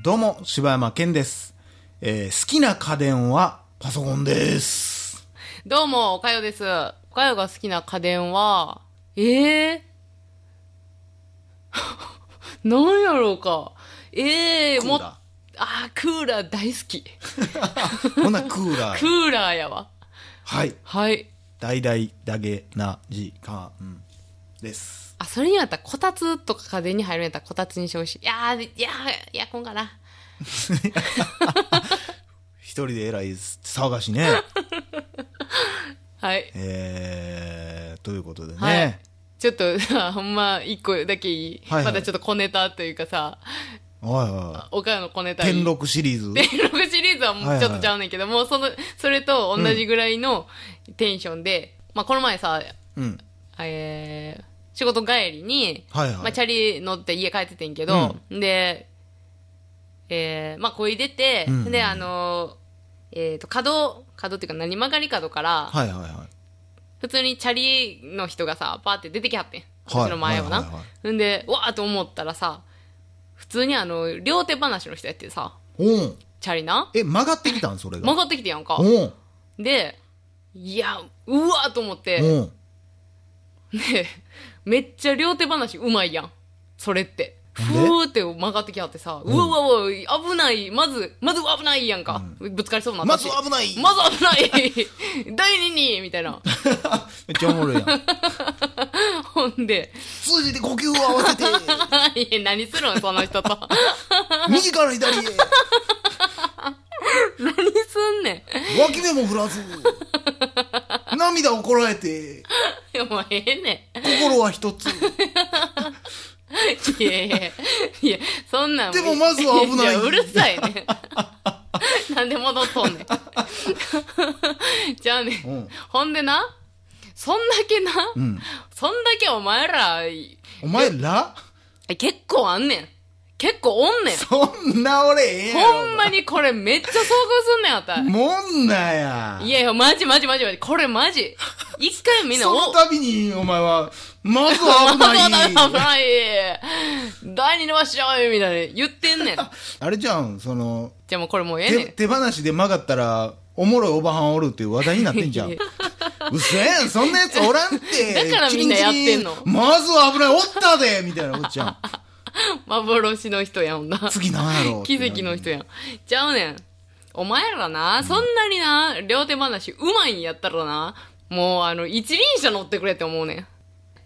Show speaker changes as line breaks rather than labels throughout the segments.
どうも、柴山健です。えー好きな家電はパソコンです。
どうも、おかよです。おかよが好きな家電は、ええー、 なんやろうか。ええー、も、
クー
あ
ラ
ー、クーラー大好き。
ーほな、クーラ
ク
ー。
ーラーやわ。
はい。
はい。
大々だけな時間です。
あ、それにあったら、こたつとか家電に入るんやったら、こたつにしてほしい。いやー、いやー、エアコンかな。
一人で偉い騒がしい ね。
はい。
えー、ということでね。
はい。ちょっと さ、ほんま、一個だけいい。
はいはい
またちょっと小ネタというかさ、
おいおい。
おかよの小ネタいい
天禄シリーズ。
天禄 シリーズはもうちょっとちゃうねんけど、もうその、それと同じぐらいのテンションで、まあこの前さ、
うん。
えー、仕事帰りに、
はいはい
まあチャリ乗って家帰っててんけど、で、えー、まあこいでて、
うん
で、あのー、えっ、と、角、角っていうか何曲がり角から、
はいはいはい。
普通にチャリの人がさ、パーって出てきはってん。私の前を
はいはいはい
な
は。
んで、わーと思ったらさ、普通にあの、両手話の人やってさ、
おん。
チャリな。
え、曲がってきたんそれが。
曲がってきてやんか。
おん。
で、いや、うわーと思って、
おん。
で、めっちゃ両手話うまいやん。それって。
なん
ふ
で
ーって曲がってきはってさ、うわうわうわ、危ない、まず、まず危ないやんか。ぶつかりそうにな
ま
った
ず
し。
危ない
まず危ない 第二にみたいな。
めっちゃおもろいやん。
ほんで、
数字で呼吸を合わせて、
いや、何するんその人と。
右から左へ、
何すんね
脇目も振 らず、涙をこらえて、
ん。いや、 もうええねん。
心は一 つ。
いやいやいやいや、そんなん。
でもまずは危ない
やうるさいね。なんで戻っとんねん。じゃあね、
うん
ほんでな、そんだけな、
ん
そんだけお前ら、い
お前ら
結構あんねん。結構おんねん。
そんな俺ええやろ。
ほんまにこれめっちゃ遭遇すんねん、あたい。
もんなや。
いやいや、マジマジマジマジ。これマジ。一回みんな、
その
お
度に、お前は、まずは危
危
ない。
ない。第二のわしちゃうみたいに言ってん ねん。
あれじゃん、その、
じゃあもうこれもうええね
手
ん。
手放しで曲がったら、おもろいおばはんおるっていう話題になってんじゃん。
いうや
せえん、そんなやつおらんって。
だからみんなやってんの
チリンチリンまずは危ない、おったでみたいなことじゃ ん。
幻の人やもんな。
次なんやろ
奇跡の人
や。
やん。ちゃうねん。お前らな、そんなにな、両手話うまいんやったらな、もうあの、一輪車乗ってくれって思うねん。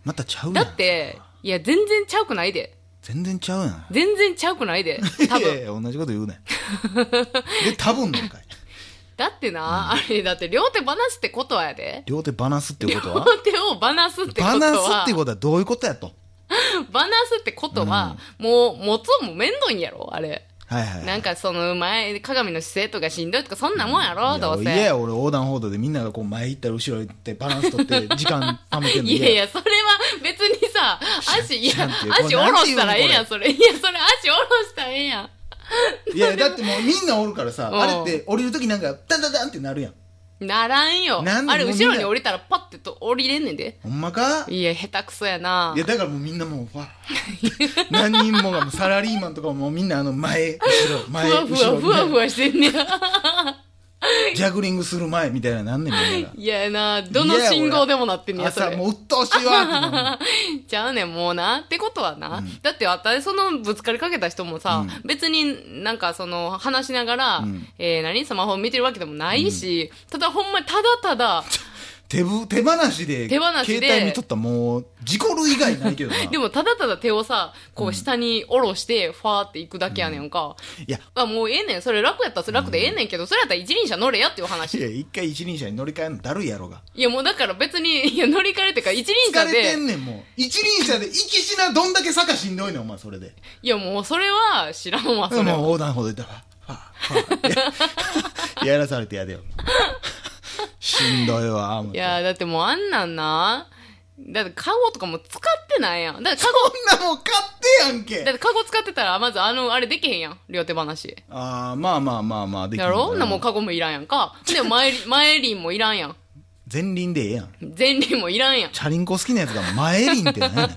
またちゃうや
だ
ん。
って、いや、全然ちゃうくないで。
全然ちゃうやん。
全然ちゃうくな いで。多
いやい
分。
や同じこと言うねん。で、多分なん かい。
だってな、あれ、だって両手話ってことはやで。
両手バナすってこと
両
は
手をバナすってこと
バ
は、
ナすってことはどういうことやと。
バナすってことは、もう、持つんも面倒いんやろ、あれ。
はいはい。
なんかその前、鏡の姿勢とかしんどいとか、そんなもんやろ、どうせ。
いや俺嫌や俺横断歩道でみんながこう前行ったり後ろ行ってバランス取 って時間貯めてんの
いやい
嫌や
や、それは別にさ、足、いや、
知らんって
足下ろしたらええやん、それ。いや、それ足下ろしたらええや
いやだってもうみんなおるからさ
うん
あれって降りる時なんかダンダンダンってなるやん
ん。ならんよ。
なんで
あれ、
もう
後ろ
みん
に
な
降りたらパッてと降りれんねんで。
ほんまか
いや、下手くそやない
や。だからもうみんなもう わー何人もがもうサラリーマンとかももうみんなあの前後ろ
ふ
前
わ
後ろ
ふわ、ふ
みたい
わふわしてんね ん。
なジャグリングする前みたいななんねんみんなが
いややな、どの信号でもなってんねや、そ
朝
れ
も。う鬱陶しいわってなる
ちゃうねん、もうな。ってことはな。だって、あたそのぶつかりかけた人もさ、別になんかその話しながら、
ん
えー、何スマホ見てるわけでもないし、ただほんまにただただ、
手ぶ手放しで
手放しで
携帯見とったらもう事故る以外ないけどな
でもただただ手をさ、こう下に下ろして、ファーって行くだけやねんか。
いや
あもうええねん。それ楽やったらそれ楽でええねんけど、それやったら一輪車乗れやっていう話。
いや一回一輪車に乗り換えるのだるいやろが
いやもうだから別に、いや乗り換えるっていうか、一輪
疲
車
れて
で、
んねんもう一輪車で一品どんだけ坂しんどいねんお前それで
いやもうそれは知らん
も
わ、そうれは。
横断歩道行ったらファーファーファーって やらされてやで よしんどいわ思っ
い
て
や、だってもうあんなんな、だってカゴとかも使ってないやん。だってカゴ、
そんなもん買ってやんけ
だってカゴ使ってたら、まずあの、あれできへんやん。両手話。
ああまあまあまあまあでき
や
る
ろなもう
う
カゴもいらんやんか。で、前り、前輪もいらんやん。
前輪でええやん
前輪もいらんやん。
チャリンコ好きなやつが前輪って何やね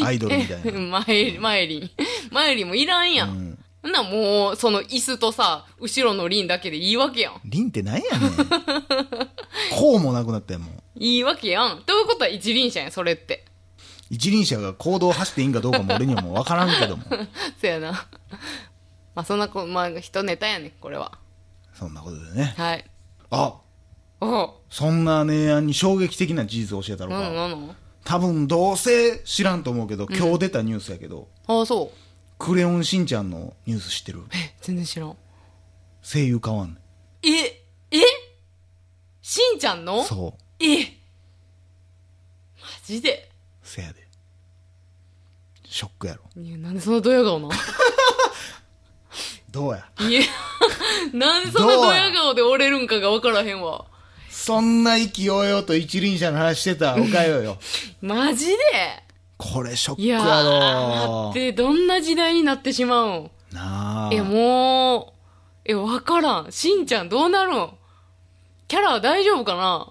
ん アイドルみたいな。
マイマイリン。マイリンもいらんやん。ほんならもう、その椅子とさ、後ろの輪だけでいいわけやん。
リンってなんやねん。 こうもなくなったやん、もう。
いいわけやん。ということは一輪車やん、それって。
一輪車が行動を走っていいんかどうかも俺にはもう分からんけども。
そやな。 まあそんなこ、まあ人ネタやね、これは。
そんなことでね。
はい。
あ、
おう。
そんな姉やんに衝撃的な事実を教えたろ
なの
か。
なの
多分どうせ知らんと思うけど、今日出たニュースやけど、
ああ、そう。
クレヨンしんちゃんのニュース知ってる
え、全然知らん。
声優変わんね
え、えしんちゃんの
ん。そう。
えマジで
せやで。ショックやろ。
いや、なん でそのドヤ顔な
どうや
いや、なんでそんなドヤ顔で折れるんかがわからへんわ。
そんな意気揚々と一輪車の話してたおかよよ。
マジで
これショック
いや
や
ー、だ
ろ
ってどんな時代になってしまうん
なあ。
え、もう、え、わからん。しんちゃんどうなるんキャラは大丈夫かな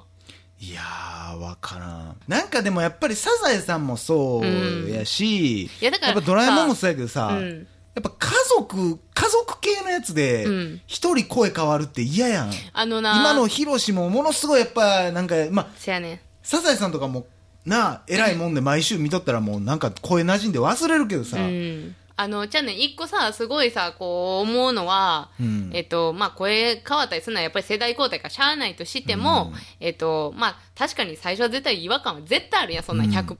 い
やー、わからん。なんかでもやっぱりサザエさんもそうやし、
いやだから
っぱドラえもんもそうやけどさ、
うん
やっぱ家族、家族系のやつで
うん、
一人声変わるって嫌やん。
あのな
今のヒロシもものすごいやっぱ、なんか、まあ、
せやねん。
サザエさんとかも、なあ、偉いもんで毎週見とったらもうなんか声馴染んで忘れるけどさ、
うん、あのじゃあね一個さすごいさこう思うのは、
うん
えっとまあ声変わったりするのはやっぱり世代交代からしゃあないとしても、えっとまあ確かに最初は絶対違和感は絶対あるやんそんなん100%、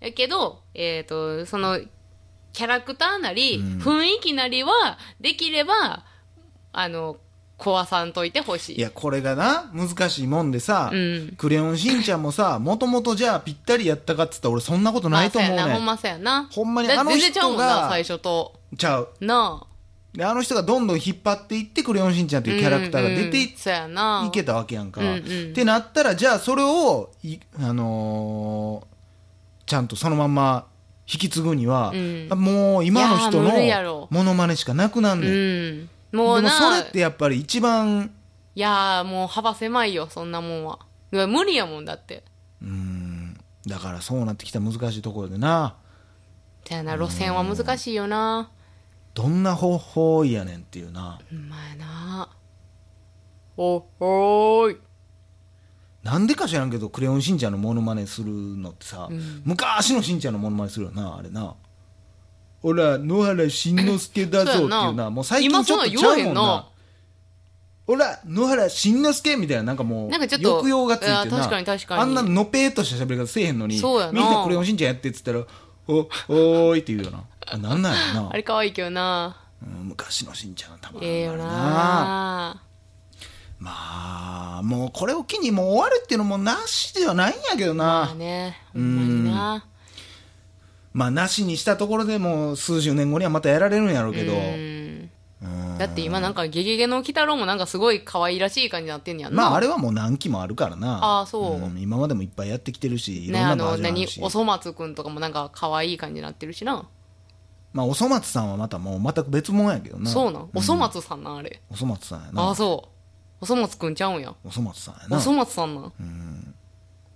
やけどえっとそのキャラクターなり、
うん
雰囲気なりはできればあの壊さんといてほしい
いや、これがな、難しいもんでさ、
うん
クレヨンしんちゃんもさ、もともとじゃあぴったりやったかっつったら俺そんなことないと思うね
まあそうやなほん
ん。
まそうや
ほんまに
なだって
あの人が
全然ちゃうもんな最初と
ちゃう。
なあ
で、あの人がどんどん引っ張っていって、クレヨンしんちゃんというキャラクターが出てい
うんうんそうやない
けたわけやんか。
うんうん
ってなったら、じゃあそれを、いあのーちゃんとそのまんま引き継ぐには、
うん
もう今の人
いやー無理やろ
のモノマネしかなくなんねん。
うんもう
でも
な
それってやっぱり一番、
いやーもう幅狭いよそんなもんはうわ無理やもんだって
うん、だからそうなってきた難しいところでな、
じゃあな路線は難しいよな
どんな方法やねんっていうな。
うまいなおおーい
なんでか知らんけど、クレヨンしんちゃんのモノマネするのってさ、昔のしんちゃんのモノマネするよな、あれな。ほら、野原しんのすけだぞっていう
そう
な、
やな
もう最近ちょっとちゃうもん
今そんなん言わへんな
な。ほら、野原しんのすけみたいな、なんかもう、
なんかちょっと
抑揚がついて
あー
るな。
確かに確かに
あんなのぺーっとした喋り方せえへんのに、
そうやな
みんなクレヨンしんちゃんやってって言ったら、お、おーいって言うよな。あなんなんやろな
あ。れ可愛いけどな
うん昔のしんちゃんはたまらんから
ええよな
まあもうこれを機にもう終わるっていうのもなしではないんやけど
まあ
な
ねほんまにな
まあなしにしたところでもう数十年後にはまたやられるんやろうけど
うん
うん
だって今なんか「ゲゲゲの鬼太郎」もなんかすごい可愛らしい感じになってんやんな
まああれはもう何期もあるからな
あーそうん
今までもいっぱいやってきてるしいろ
ね
ん
あ
なバー
の
ジョンあ
何
るし、
おそ松くんとかもなんか可愛い感じになってるしな
まあおそ松さんはまたもう全く別物やけどな
そうなんおそ松さんなあれ
おそ松さんや
あ
な
あそうおそ松くんちゃうんや
おそ松さんや
お
な
そ松さんなん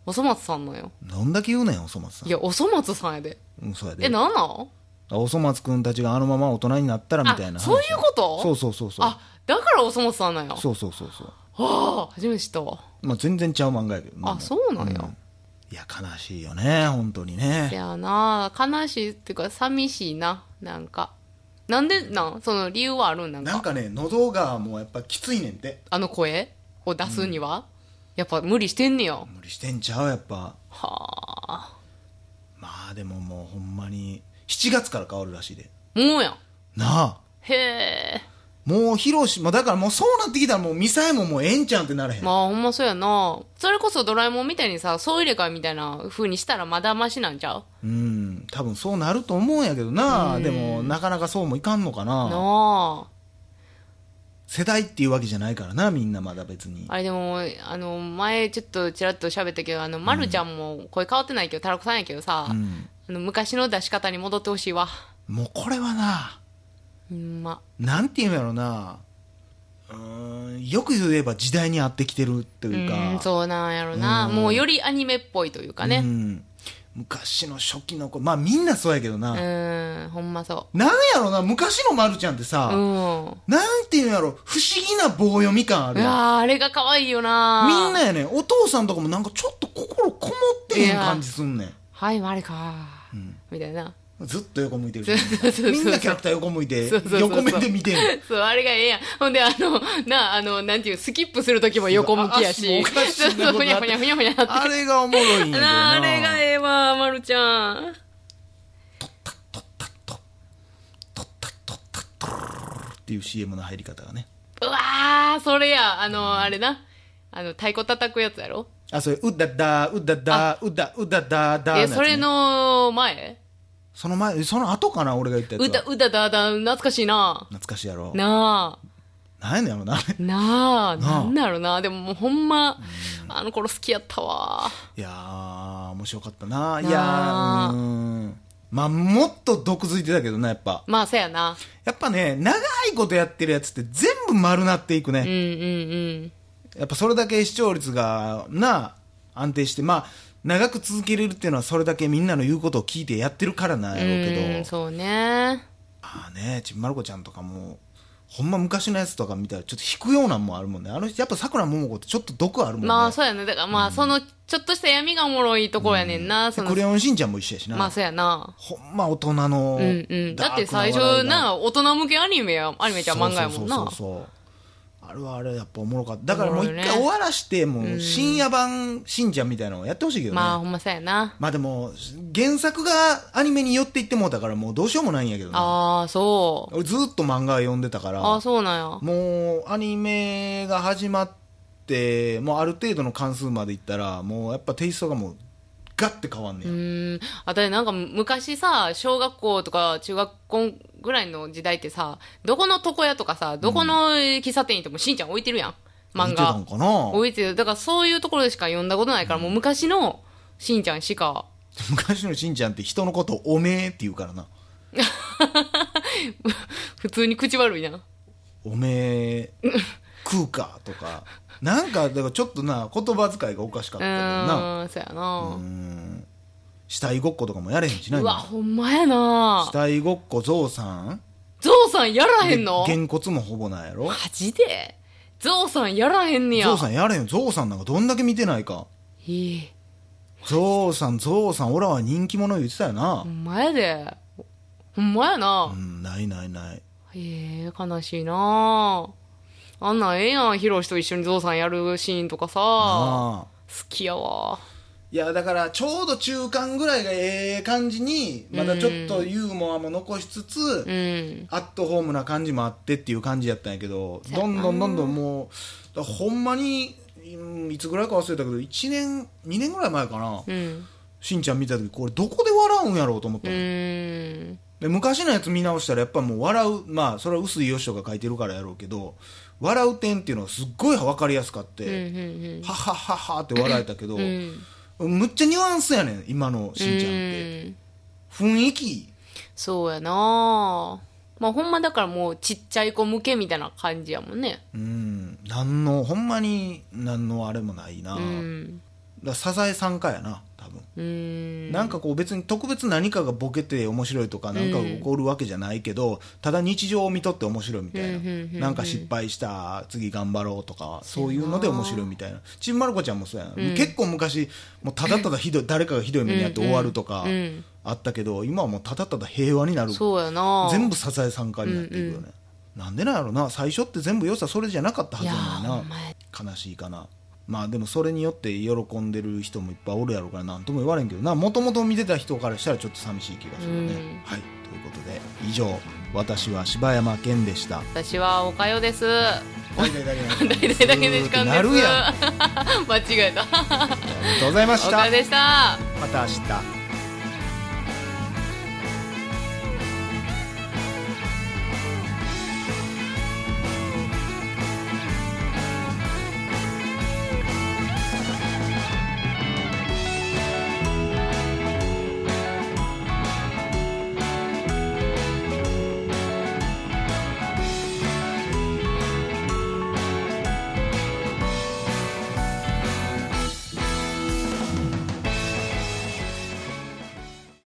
おそ松さんなんよ
どんだけ言うねんおそ松さん
いやおそ松さんやで
うんそうや
え
で
なんなん
あおそ松くんたちがあのまま大人になったらみたいな
あ
話
そういうこと
そうそうそうそう
あだからおそ松さんなんや
そうそうそうそう
ああ初めて知ったわ
まあ、全然ちゃう漫画やけどな
あそうなんや
いや悲しいよね本当に
い
ね
やな悲しいっていうか寂しいななんかなんでなんその理由はあるんなん
なんか
か
ね喉がもうやっぱきついねんて
あの声を出すにはやっぱ無理してんねや
無理してんちゃうやっぱ
はあ
まあでももうほんまに7月から変わるらしいで
もうやん
なあ
へえ
もうヒロシもだからもうそうなってきたらもうミサイももうええんちゃうんってなれへん、
まあほんまそうやなそれこそドラえもんみたいにさ総入れ替えみたいな風にしたらまだマシなんちゃう
うん多分そうなると思うんやけどなでもなかなかそうもいかんのかな
なあ
世代っていうわけじゃないからなみんなまだ別に
あれでもあの前ちょっとちらっと喋ったけどあの、まるちゃんも声変わってないけどたらこさんやけどさ、
ん
あの昔の出し方に戻ってほしいわ
もうこれはな
うんま
なんていうんやろなうーんよく言えば時代に合ってきてると
う
いうか
んそうなんやろなもうよりアニメっぽいというかね
うん昔の初期の子まあみんなそうやけどな、
うん、ほんまそ
なんやろな昔のまるちゃんって
う。
さ、
うん。
なんていうんやろ不思議な棒読み感あ
い
るやん
やーあれが可愛いよな
みんなやねんお父さんとかもなんかちょっと心こもってへん感じすんねん
はい、あれか、みたいな。
ずっと横向いてる
そうそうそう
みんなキャラクター横向いて
そうそうそうそう
横目で見てんの
そう、あれがええやん。ほんで、あの、なあ、あの、なんていう、スキップするときも横向きやし。
あ足もおかしいな
そうそう、ふにゃふにゃふにゃふにゃって。
あれがおもろいんやけど
な
な
ああれがええわ、まるちゃん。
とったっととったっとったっとるっていう CM の入り方がね
うわー、それや、あの、あれな。あの、太鼓叩くやつやろ。
あそれうだだうだだうだうだだだ
え、
やつね
それの前
その前その後かな俺が言ったやつは
うだ、うだだだ、懐かしいな。
懐かしいやろ
なあ。
なんやねんやろなあれ
なあ、
なあ
なんだろうな。でももうほんま、あの頃好きやったわ。
いやー面白かったない
なあ
やーうーんまあもっと毒づいてたけどなやっぱ
まあ、そやな。
やっぱね長いことやってるやつって全部丸なっていくね、
うんうん
やっぱそれだけ視聴率がな安定してまあ長く続けれるっていうのはそれだけみんなの言うことを聞いてやってるからなん
う
やろうけど
ん。そうね。
まあねちんまる子ちゃんとかもほんま昔のやつとか見たらちょっと引くようなんもんあるもんねあの人やっぱさくらももこってちょっと毒あるもんね、
まあ、そうやね。だからまあ、その、ちょっとした闇がおもろいところやねんな。そ
でク
の
レ、ヨンしんちゃんも一緒やしな、
まあ、そうやな。
ほんま大人の、
うんうん。だって最初な、大人向けアニメや、アニメじゃ漫画やもん
そう
な
そう。そうそうあれはあれやっぱおもろかっただからもう
お
一
もろい
回終
ね
わらしてもう深夜版信者みたいなのをやってほしいけどね、
まあ、
まあ
ほんまそうやな。
でも原作がアニメに寄っていってもうたからもうどうしようもないんやけどな
ああ、そう。
俺ずっと漫画読んでたから
ああ、そうなんや。
もうアニメが始まってもうある程度の関数までいったらもうやっぱテイストがもうガッて変わんねや、
うん。あたりなんか昔さ、小学校とか中学校ぐらいの時代ってさ、どこの床屋とかさ、どこの喫茶店行ってもしんちゃん置いてるやん。
見
漫
てたん
画。
かな
置いてる。だからそういうところでしか読んだことないから、もう昔のしんちゃんしか、
昔のしんちゃんって人のことをおめえって言うからな
普通に口悪いな。
おめえ食うかとかなんかだからちょっとな言葉遣いがおかしかっ
う
たけどな
ーん、そうやな。
うん死体ごっことかもやれへんしな
うわ、
今
ほんまや
死
な。
体ごっこゾウさん
ゾウさんやらへんの
げんこつもほぼないやろ
マジでゾウさんやらへんねや。
ゾウさんやれへんゾウさんなんかどんだけ見てないか
いい。
ゾウさんゾウさんオラは人気者言ってたよな
ほんまやで。ほんまやな。
うんないないない
ええ悲しいなああんなんええやんヒロシと一緒にゾウさんやるシーンとかさ
ああ
好きやわ
いやだからちょうど中間ぐらいがええ感じにまだちょっとユーモアも残しつつ、
うん
アットホームな感じもあってっていう感じやったんやけどどんどんどんどんもうだからほんまにうんいつぐらいか忘れたけど1年2年ぐらい前かな、
うん
しんちゃん見た時これどこで笑うんやろうと思った
う
の、
ん
で昔のやつ見直したらやっぱもう笑うまあそれは臼井よしとが書いてるからやろうけど笑う点っていうのがすっごい分かりやすかっ
うんう
て、
ん
ははははって笑えたけど、
うんうん
むっちゃニュアンスやねん今のしんちゃんって、
うん
雰囲気
そうやなまあほんまだからもうちっちゃい子向けみたいな感じやもんね
うん何のほんまに何のあれもないな、
うん
だからサザエさんかやな多分、
うん
なんかこう別に特別何かがボケて面白いとかなんかが起こるわけじゃないけど、ただ日常を見とって面白いみたいな、
うんうんうんうん
なんか失敗した次頑張ろうとかそういうので面白いみたいなちんまる子ちゃんもそうやん、結構昔もうただただひどい誰かがひどい目にあって終わるとか
うん
あったけど今はもうただただ平和になる
そうやな
全部支え参加になっていくよね、なんでなんやろな最初って全部良さそれじゃなかったはいず
や
や
ほ
の
ん
に
まや
な悲しいかなまあでもそれによって喜んでる人もいっぱいおるやろうから何とも言われんけどなもともと見てた人からしたらちょっと寂しい気がするね、
うん
はいということで以上私は柴山健でした
私はおかよです
大体だけの時間
大
です
体だけの時間です
なるやんあ
間違えた
りがとうございまし
お
た
かよでした
また明日